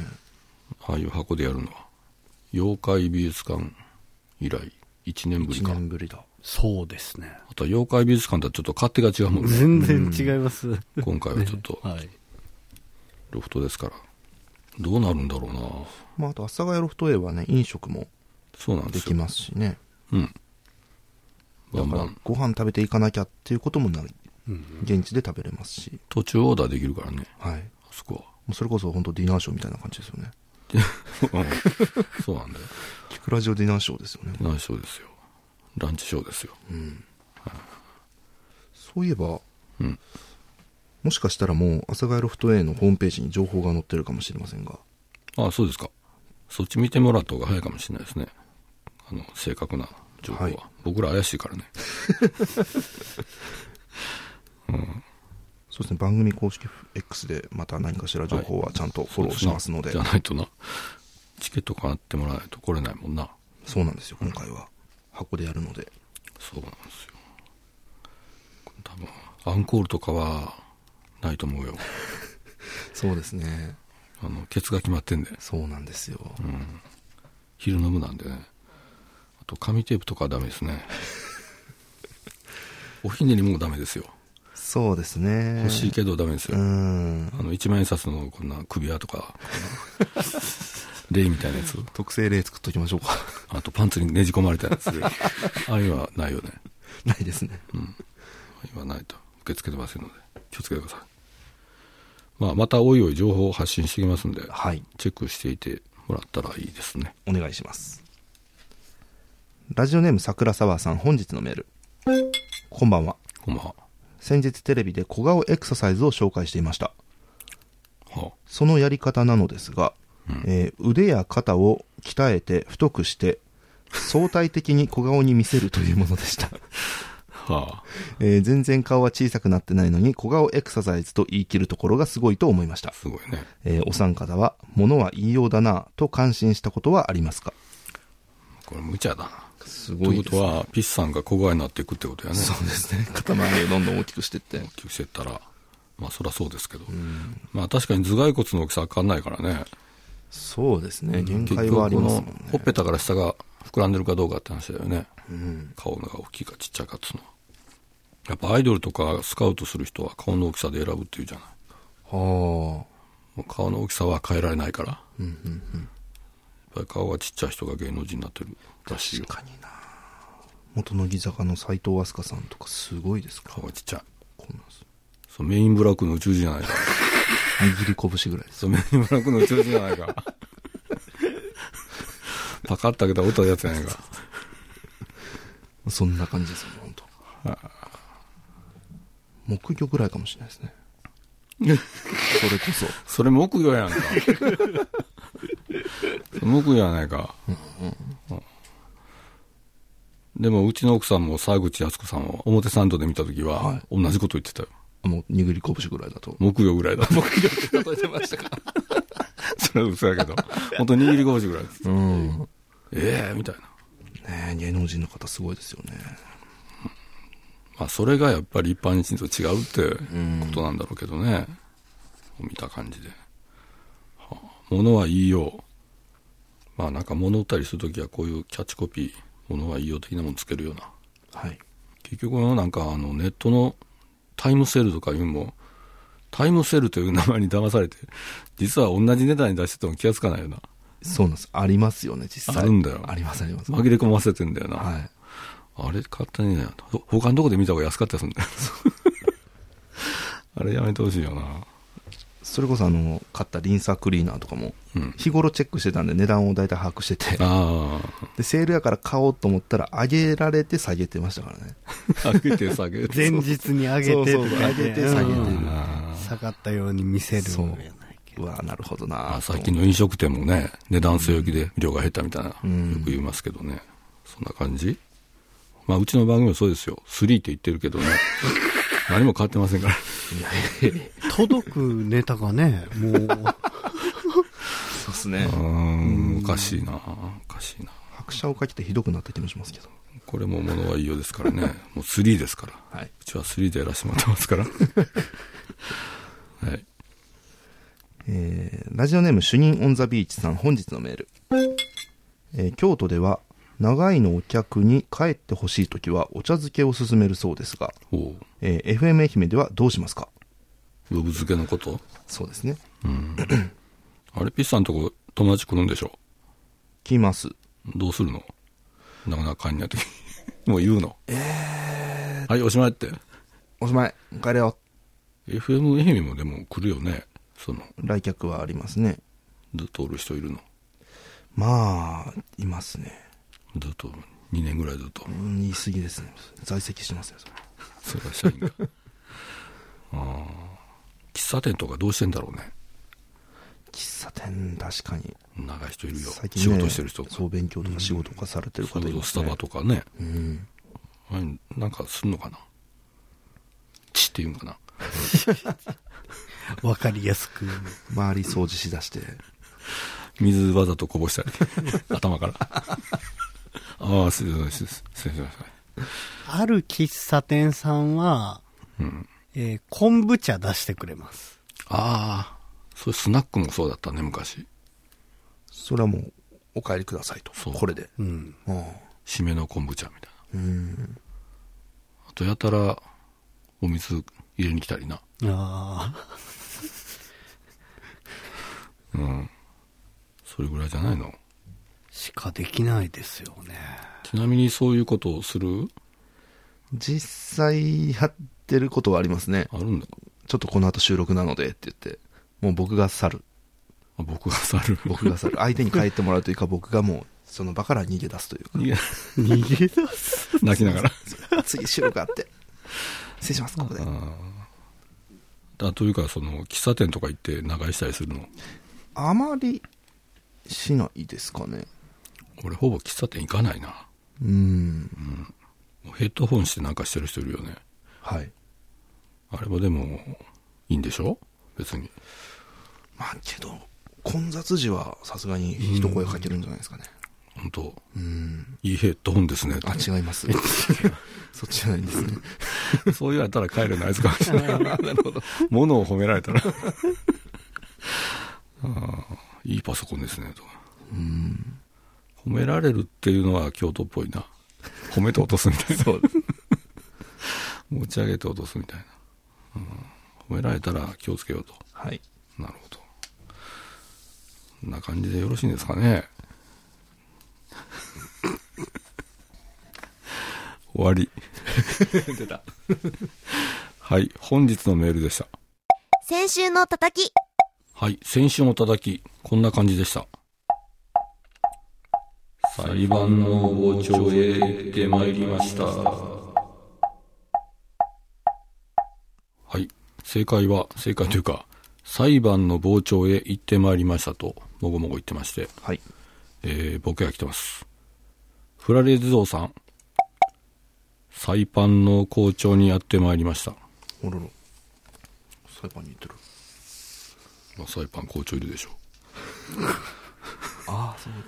ああいう箱でやるのは、妖怪美術館以来1年ぶり1か。年ぶりだ。そうですね。あとは妖怪美術館とはちょっと勝手が違うもんね。全然違います。今回はちょっとはい。ロフトですから。どうなるんだろうなまあ、あと阿佐ヶ谷ロフト A はね、飲食もそうなんでですきよ。ますしね。うん。バだンかバらン。、ご飯食べていかなきゃっていうこともない。現地で食べれますし。途中オーダーできるからね、はい。もあ そこは。 うそれこそ本当ディナーショーみたいな感じですよね。うんそうなんだよ。キクラジオディナーショーですよね。ナイスショーですよ。ランチショーですよ。そういえば、うんもしかしたらもう阿佐ヶ谷ロフト A のホームページに情報が載ってるかもしれませんが。あそうですか。そっち見てもらった方が早いかもしれないですね。あの、正確な情報は。はい僕ら怪しいからね。そうですね、番組公式 X でまた何かしら情報はちゃんとフォローしますので、じゃないとな。チケット買ってもらわないと来れないもんな。そうなんですよ、今回は。箱でやるので。そうなんですよ。多分、アンコールとかは、ないと思うよ。そうですね。あの、ケツが決まってんで。そうなんですよ。昼飲むなんでねあと紙テープとかはダメです ねおひねりもダメですよそうですね。欲しいけどダメですうよ、ん。あの一万円札のこんな首輪とかこんな レイみたいなやつ特製例作っときましょうか。 あとパンツにねじ込まれたやつああいうのはないよねないですね。今ないと受け付けてませんので気をつけてください、まあ、またおいおい情報を発信していきますんではい。チェックしていてもらったらいいですねお願いします。ラジオネーム桜沢さん、本日のメール。こんばんは。こんばんは先日テレビで小顔エクササイズを紹介していました。はそのやり方なのですが、えー腕や肩を鍛えて太くして、相対的に小顔に見せるというものでした。 あ、はあ、えー全然顔は小さくなってないのに小顔エクササイズと言い切るところがすごいと思いました。すごいねえーお三方は、物は言いようだなと感心したことはありますかこれ無茶だなすということは、ピッさんが小声になっていくってことやね。そうですね。肩周りをどんどん大きくしてって。大きくしてったら、まあそりゃそうですけど。まあ確かに頭蓋骨の大きさは変わんないからね。そうですね。限結界局はあこりますのもんね。ほっぺたから下が膨らんでるかどうかって話だよね。うん。顔が大きいかちっちゃいかっつうのは。やっぱアイドルとかスカウトする人は顔の大きさで選ぶっていうじゃない。はもう顔の大きさは変えられないから。やあ。うんうんうん。っぱり顔がちっちゃい人が芸能人になってるらしいよ。確かにな元乃木坂の斎藤飛鳥さんとかすごいですか顔がちっちゃい。こんなんですそうメインブラックの宇宙人じゃないか。握り拳ぐらいです そうメインブラックの宇宙人じゃないか。パカッと開けたら音のやつやねんか。そんな感じですよ、本当。木魚ぐらいかもしれないです ね。それこそ。それ木魚 やんか。木魚やないか。でも、うちの奥さんも沢口靖子さんを表参道で見たときは、はい同じこと言ってたよ。もう、握り拳ぐらいだと。木魚ぐらいだと。木魚って例えてましたか。 それは嘘やけど。本当握り拳ぐらいです。うん。ええみたいな。ねえ芸能人の方すごいですよね。まあ、それがやっぱり一般人と違うってことなんだろうけどね。見た感じで。はあ、物はいいよう。まあ、なんか物売ったりするときはこういうキャッチコピー、物はいいよう的なものつけるような。はい。結局はなんかあのネットのタイムセールとかいうのも、タイムセールという名前に騙されて、実は同じ値段に出してても気がつかないよな。そうなんです。ありますよね、実際。あるんだよあります、あります。紛れ込ませてんだよな。はい。あれ買ったね。ほ他のとこで見た方が安かったりするんだよ。 あれやめてほしいよな。それこそ、あの、買ったリンサークリーナーとかも、うん。日頃チェックしてたんで値段を大体把握してて、あで、セールやから買おうと思ったら、上げられて下げてましたからね。あ。上げて下げて。前日に上げてとそかね、うそう上げて下げてうんあ下がったように見せるそうやないけどうわなるほどあな最近の飲食店もね、値段据え置きで量が減ったみたいな、よくん言いますけどね。そんな感じまあ、うちの番組もそうですよ。3って言ってるけどね。何も変わってませんから。届くネタがね、もう、そうですねうーん、おかしいな。おかしいな。拍車をかけてひどくなった気もしますけど。これも物はいいようですからね。もう3ですから。はい。うちは3でやらせてもらってますから。はい。えーラジオネーム主任オンザビーチさん本日のメール、えー京都では長いのお客に帰ってほしい時はお茶漬けを勧めるそうですが、おうえー FM 愛媛ではどうしますかブブ漬けのことそうですねあれ、ピッさんとこ友達来るんでしょ来ますどうするのなかなか帰んないとき。 もう言うの。はい、おしまいって。おしまい帰れよ FM 愛媛もでも来るよね。その、来客はありますねずっとおる人いるの。まあいますねずっと、2年ぐらいずっとう。ん言い過ぎですね在籍してますよそれそれは社員 が。ああ。喫茶店とかどうしてんだろうね。喫茶店確かに長い人いるよ。最仕近、ね、事してる人。そう勉強とか仕事とかされてるそ方れいこそまスすタねバとかね。うんああいうのなんかすんのかなチっていうんかなわかりやすく。周り掃除しだして水わざとこぼしたり。 頭から。ああ、すいません、すいません。 ある喫茶店さんは、うん。えー昆布茶出してくれます。ああ、そういうスナックもそうだったね、昔。それはもうお帰りくださいとそうこれでうん。うん締めの昆布茶みたいな。うんあとやたら、お水入れに来たりな。ああ。うん。それぐらいじゃないのしかできないですよね。ちなみにそういうことをする実際やってることはありますねあるんだ。ちょっとこの後収録なのでって言ってもう僕が去るあ僕が去 る。僕が去 る相手に帰ってもらうというか僕がもうその場から逃げ出すというかいや逃げ出す。泣きながら。次収録あって失礼しますここでだというか、その、喫茶店とか行って長居したりするの。あまりしないですかね俺ほぼ喫茶店行かないな。うんもうヘッドホンしてなんかしてる人いるよね。はいあれはでも、いいんでしょ別に。まあけど混雑時はさすがに一声かけるんじゃないですかね本当うんいいヘッドホンですね。あ違いますそっちじゃないんですね そう言われたら帰るのあいつかもしれ ない。なるほど。物を褒められたら。 ああいいパソコンですね、とか。褒められるっていうのは京都っぽいな。褒めて落とすみたいな。 持ち上げて落とすみたいな、うん。褒められたら気をつけようと。はいなるほど。こんな感じでよろしいんですか ね。終わり。出た。はい、本日のメールでした。先週の叩きはい、先週の叩き、こんな感じでした。裁判の傍聴へ行ってまいりました。はい。正解は、正解というか、裁判の傍聴へ行ってまいりましたと、もごもご言ってまして、 はい。えー、僕が来てます。フラレーズゾウさん。裁判の校長にやってまいりました。おろろ。裁判に行ってる。まあ、サイパン校長いるでしょああ、そういう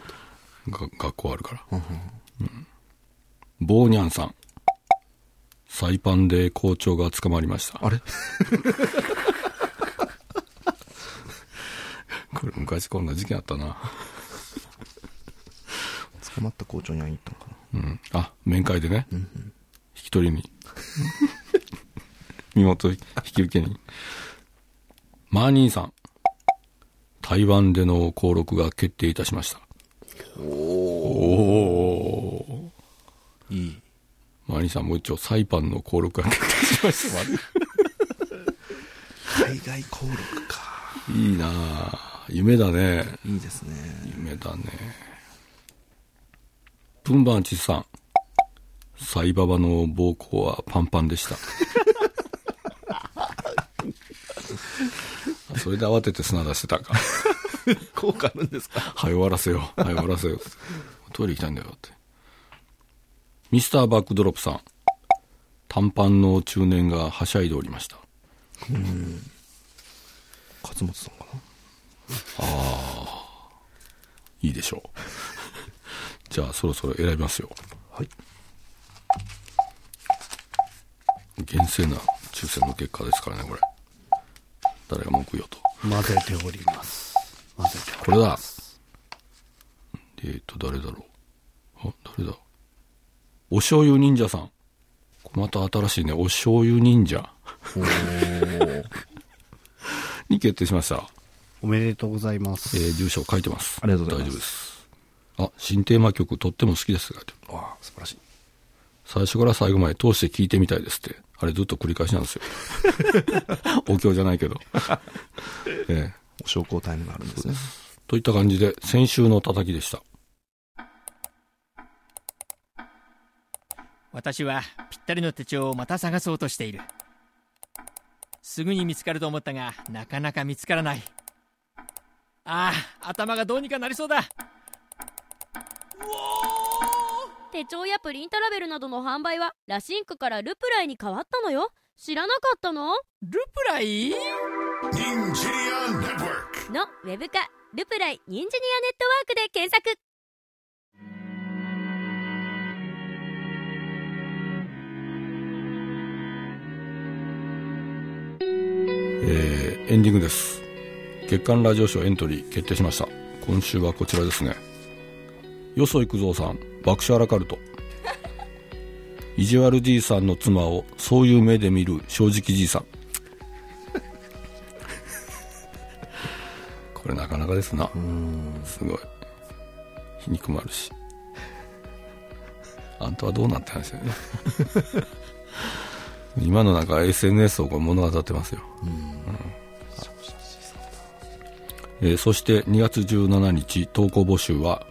こが学校あるから、うんボーニャンさんサイパンで校長が捕まりましたと。あれ これ昔こんな事件あったな捕まった校長に会いに行ったのかな。うんあ面会でね、引き取りに 身元引き受けにマーニーさん台湾での登録が決定いたしましたおおいい。マーニーさんも一応サイパンの登録が決定しました海外登録か。いいなあ夢だね。いいですね。夢だね。プンバンチさん。サイババの暴行はパンパンで した。それで慌てて砂出してたんか。効果あるんですかはい、終わらせよう。はい、終わらせよう。トイレ行きたいんだよって。ミスターバックドロップさん。短パンの中年がはしゃいでおりました。勝本さんかないいでしょう。 じゃあ、そろそろ選びますよ。はい。厳正な抽選の結果ですからねこれ誰が文句言おうと混ぜております。混ぜております。これだえっ、ー、と誰だろうあ誰だお醤油忍者さんこれまた新しいねお醤油忍者 に決定しました、おめでとうございまえす。ー住所書いてますありがとうござい大ます丈夫ですあ新テーマ曲とっても好きですがわあ、素晴らしい。最初から最後まで通して聞いてみたいですって。あれずっと繰り返しなんですよ。お経じゃないけど。ええお昇降タイムがあるんですね。といった感じで、先週の叩きでした。私はぴったりの手帳をまた探そうとしているすぐに見つかると思ったがなかなか見つからないああ頭がどうにかなりそうだ手帳やプリントラベルなどの販売はラシンクからルプライに変わったのよ知らなかったのルプライ Ninja Network. のウェブ化ルプライニンジニアネットワークで検索えーエンディングです。月刊ラジオショーエントリー決定しました。今週はこちらですね。よそいくぞうさん、爆笑アラカルト。意地悪じいさんの妻をそういう目で見る正直じいさん。 これなかなかですな。すごい。皮肉もあるし。あんたはどうなんて話だよね。今のなんか SNS をこう物語ってますよ。えーそして2月17日投稿募集は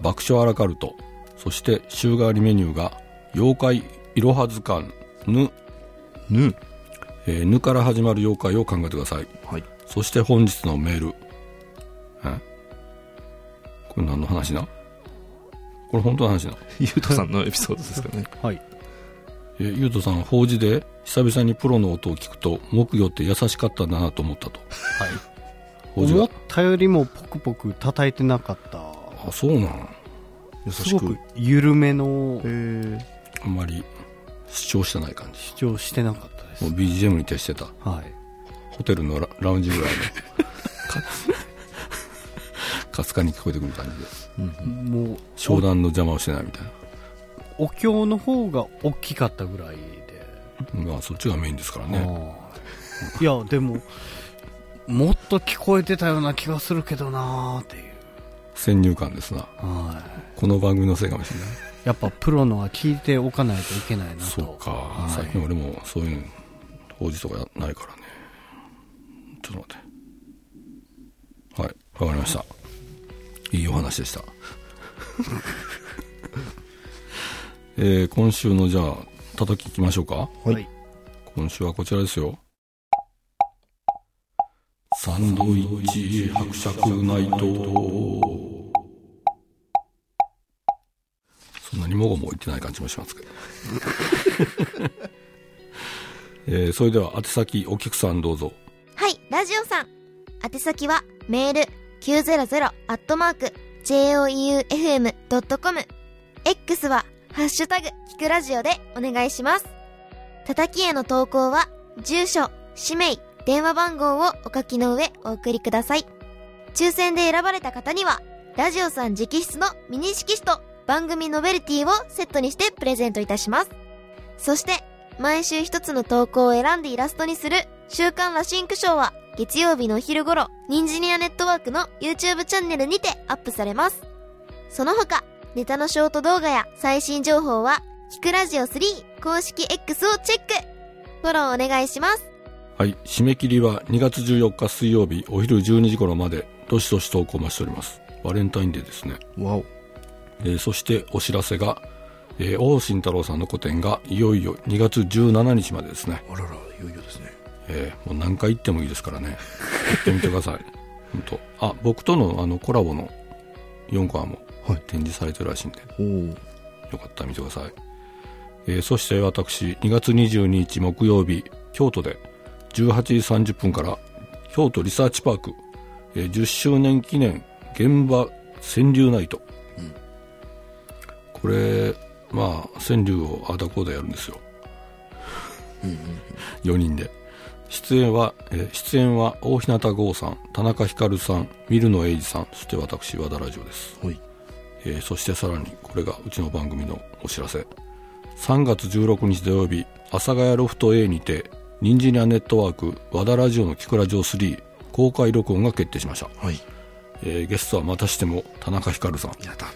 爆笑アラカルトそして週替わりメニューが妖怪いろは図鑑ぬ、ぬ。えーぬから始まる妖怪を考えてくださいはい。そして本日のメールえこれ何の話なこれ本当の話なゆうとさんのエピソードですかね。はい。えーゆうとさん法事で久々にプロの音を聞くと木魚って優しかったんだなと思ったとはい法事思がったよりもポクポク叩いてなかった。あそうなの優すしごくく。緩めのえー、あんまり主張してない感じ主張してなかったですもう。BGM に徹してたはい。ホテルのララウンジぐらいのかかすかに聞こえてくる感じでもう商談の邪魔をしてないみたいおお経の方が大きかったぐらいで、な、まあ、そっちがメインですからねはいいやでももっと聞こえてたような気がするけどなーっていう、先入観ですなはこの番組のせいかもしれないい、やっぱプロのは聞いておかないといけないなとそうか、はい最近俺もそういうの法事とかやないからねちょっと待ってはいわかりましたいいお話でした えー今週のじゃあ叩きいきましょうかはいはい今週はこちらですよサンドイッチ伯爵ナイトそんなにもごも言ってない感じもしますけど、えーそれでは宛先お菊さんどうぞはい、ラジオさん。宛先は、メール、900-joeufm.com。X は、ハッシュタグ、聞くラジオでお願いします。叩きへの投稿は、住所、氏名、電話番号をお書きの上お送りください。抽選で選ばれた方には、ラジオさん直筆のミニ色紙と番組ノベルティをセットにしてプレゼントいたします。そして、毎週一つの投稿を選んでイラストにする週刊ラシンク賞は月曜日のお昼頃、ニンジニアネットワークの YouTube チャンネルにてアップされます。その他、ネタのショート動画や最新情報は、キクラジオ3公式 X をチェックフォローお願いします。はい締め切りは2月14日水曜日お昼12時頃までどしどし投稿待ちしておりますバレンタインデーですねわお。えーそしてお知らせが、えー、王慎太郎さんの個展がいよいよ2月17日までですね、あらら、いよいよですね。えーもう何回行ってもいいですからね行ってみてください 本当あ僕とのあのコラボの4コアもはい展示されてるらしいんで、おお。よかったら見てください、えーそして私2月22日木曜日京都で18時30分から京都リサーチパーク、えー10周年記念現場川柳ナイト、これまあ川柳をあだこうだやるんですよ、4人で出演は、えー出演は大日向剛さん田中ひかるさん水野英二さんそして私和田ラジオですはい。えーそしてさらにこれがうちの番組のお知らせ3月16日土曜日阿佐ヶ谷ロフト A にてニンジニアネットワーク和田ラジオのキクラジオ3公開録音が決定しました、はい。えーゲストはまたしても田中ひかるさんやった。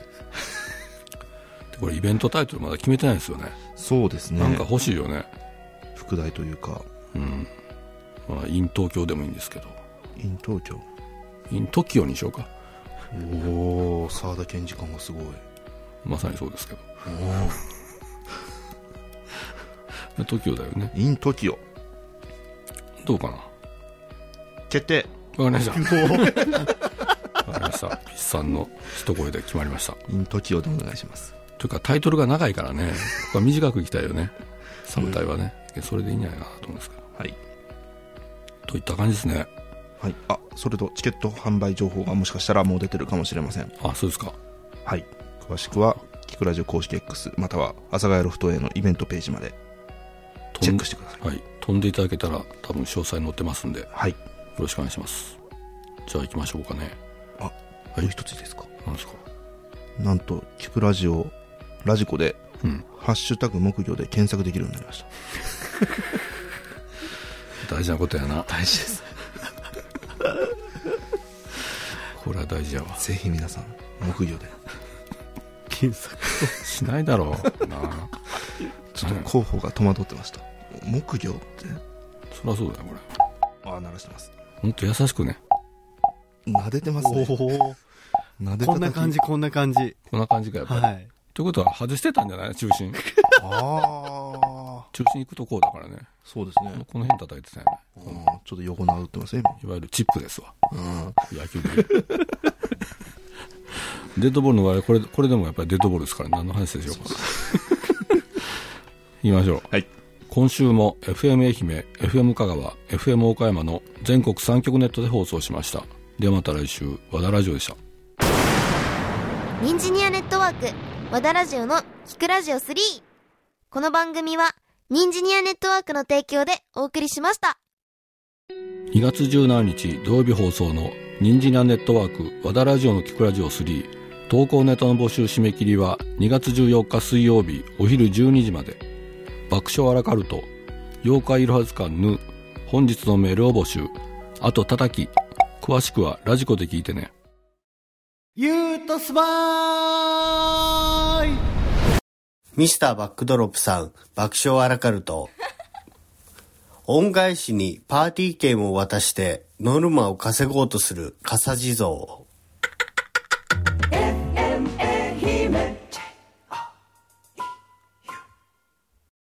これイベントタイトルまだ決めてないんですよねそうですね。なんか欲しいよね副題というか、まあ in 東京でもいいんですけど in 東京。 in 東京にしようかおお、沢田研二感がすごい。まさにそうですけど おお。東京だよね in 東京。どうかな決定。わかりましたわかりましたピッさんの一声で決まりました in 東京でお願いします。というかタイトルが長い からねここは短くいきたいよねサムタイはね、それでいいんじゃないかなと思うんですけどはい。といった感じですねはい。あ、それとチケット販売情報がもしかしたらもう出てるかもしれません。あそうですかはい。詳しくは、キクラジオ公式 X、または、阿佐ヶ谷ロフトへのイベントページまで。飛んチェックしてくださいはい飛んでいただけたら多分詳細載ってますんでよはい。ろしくお願いしますじゃあ行きましょうかねあ、もう一ついいですか。なんですかなんと、キクラジオ、ラジコで、うんハッシュタグ木魚で検索できるようになりました。大事なことやな大事です これは大事やわぜひ皆さん、木魚で。検索。しないだろうなちょっと候補が戸惑ってました。木魚って、そりゃそうだよこれあ、鳴らしてます。もっと優しくね撫でてますね。お撫でたー こんな感じ、時こんな感じ。こんな感じかやっぱり、はい。ということは外してたんじゃない中心ああ。中心行くとこうだからねそうですね。この辺叩いてたよねうんちょっと横殴ってますね、いわゆるチップですわ、野球で言う デッドボールの場合はこれこれでもやっぱりデッドボールですから何の話でしょうか言いましょう、はい今週も FM 愛媛 FM 香川 FM 岡山の全国3局ネットで放送しましたではまた来週和田ラジオでしたニンジニアネットワーク和田ラジオのキクラジオ3この番組はニンジニアネットワークの提供でお送りしました2月17日土曜日放送の「ニンジニアネットワーク和田ラジオのキクラジオ3」投稿ネタの募集締め切りは2月14日水曜日お昼12時まで爆笑アラカルト妖怪いろはず館ぬ本日のメールを募集あと叩き詳しくはラジコで聞いてねゆうとすばーいミスターバックドロップさん、爆笑アラカルト。恩返しにパーティー券を渡してノルマを稼ごうとする傘地蔵。